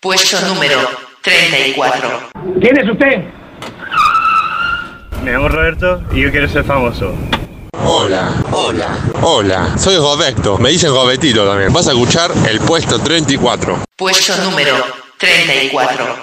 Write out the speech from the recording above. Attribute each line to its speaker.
Speaker 1: Puesto número 34.
Speaker 2: ¿Quién es usted?
Speaker 3: Me llamo Roberto y yo quiero ser famoso.
Speaker 4: Hola, hola, hola. Soy Gobecto. Me dicen Gobetito también. Vas a escuchar el puesto 34.
Speaker 1: Puesto número 34.